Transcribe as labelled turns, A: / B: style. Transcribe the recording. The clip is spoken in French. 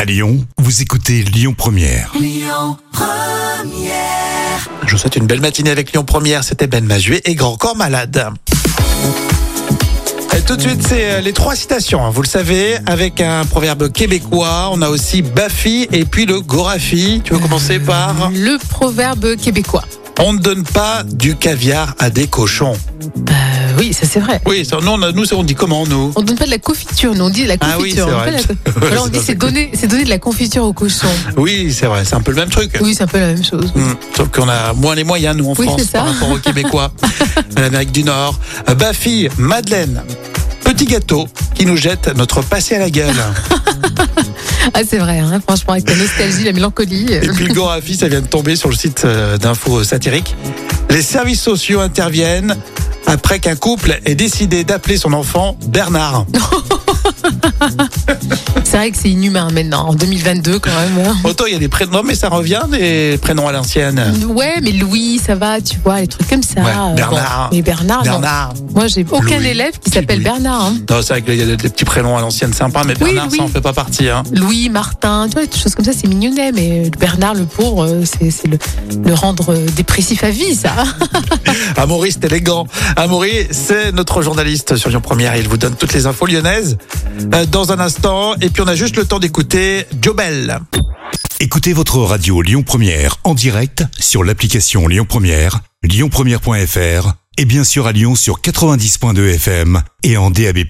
A: À Lyon, vous écoutez Lyon Première.
B: Je vous souhaite une belle matinée avec Lyon Première. C'était Ben Mazué et Grand Corps Malade. Et tout de suite, c'est euh, les trois citations, hein, vous le savez, avec un proverbe québécois. On a aussi Bafi et puis le Gorafi. Tu veux commencer par
C: Le proverbe québécois.
B: On ne donne pas du caviar à des cochons.
C: Bah oui, ça c'est vrai.
B: Oui, ça, non, on a- nous, ça, on dit comment, nous
C: On donne pas de la confiture, nous on dit de la
B: Ah oui,
C: confiture.
B: c'est
C: on donne
B: vrai.
C: pas de la- Alors on
B: C'est
C: dit
B: vrai.
C: c'est donner, c'est donner de la confiture aux cochons.
B: Oui, c'est vrai, c'est un peu le même truc.
C: Oui, c'est un peu la même chose.
B: Hmm, Sauf qu'on a moins les moyens, nous, en
C: Oui,
B: France,
C: c'est ça.
B: par rapport aux Québécois, à l'Amérique du Nord. Euh, Bafi, Madeleine, petit gâteau qui nous jette notre passé à la gueule.
C: Ah c'est vrai, hein, franchement avec la nostalgie, la mélancolie.
B: Et puis le Gorafi, ça vient de tomber sur le site euh, d'info satirique. Les services sociaux interviennent après qu'un couple ait décidé d'appeler son enfant Bernard.
C: C'est vrai que c'est inhumain maintenant, en 2022 quand même. hein.
B: Autant il y a des prénoms, mais ça revient des prénoms à l'ancienne.
C: Ouais, mais Louis, ça va, tu vois, les trucs comme ça.
B: Ouais,
C: Euh,
B: Bernard.
C: bon. Mais Bernard, non.
B: Bernard.
C: Moi j'ai aucun
B: Louis.
C: élève
B: Qui,
C: qui s'appelle
B: Louis
C: Bernard. hein.
B: Non, c'est vrai qu'il y a des petits prénoms à l'ancienne sympa, mais
C: Oui,
B: Bernard,
C: oui.
B: ça en fait pas partie. Hein.
C: Louis, Martin, tu vois, des choses comme ça, c'est mignonnet, mais Bernard le pauvre, euh, c'est c'est le, le rendre euh, dépressif à vie, ça.
B: Amaury, c'est élégant. Amaury, c'est notre journaliste sur Lyon Première. Il vous donne toutes les infos lyonnaises euh, dans un instant. Et puis on a juste le temps d'écouter Jobel.
A: Écoutez votre radio Lyon Première en direct sur l'application Lyon Première, lyonpremière.fr et bien sûr à Lyon sur 90.2 FM et en DAB+.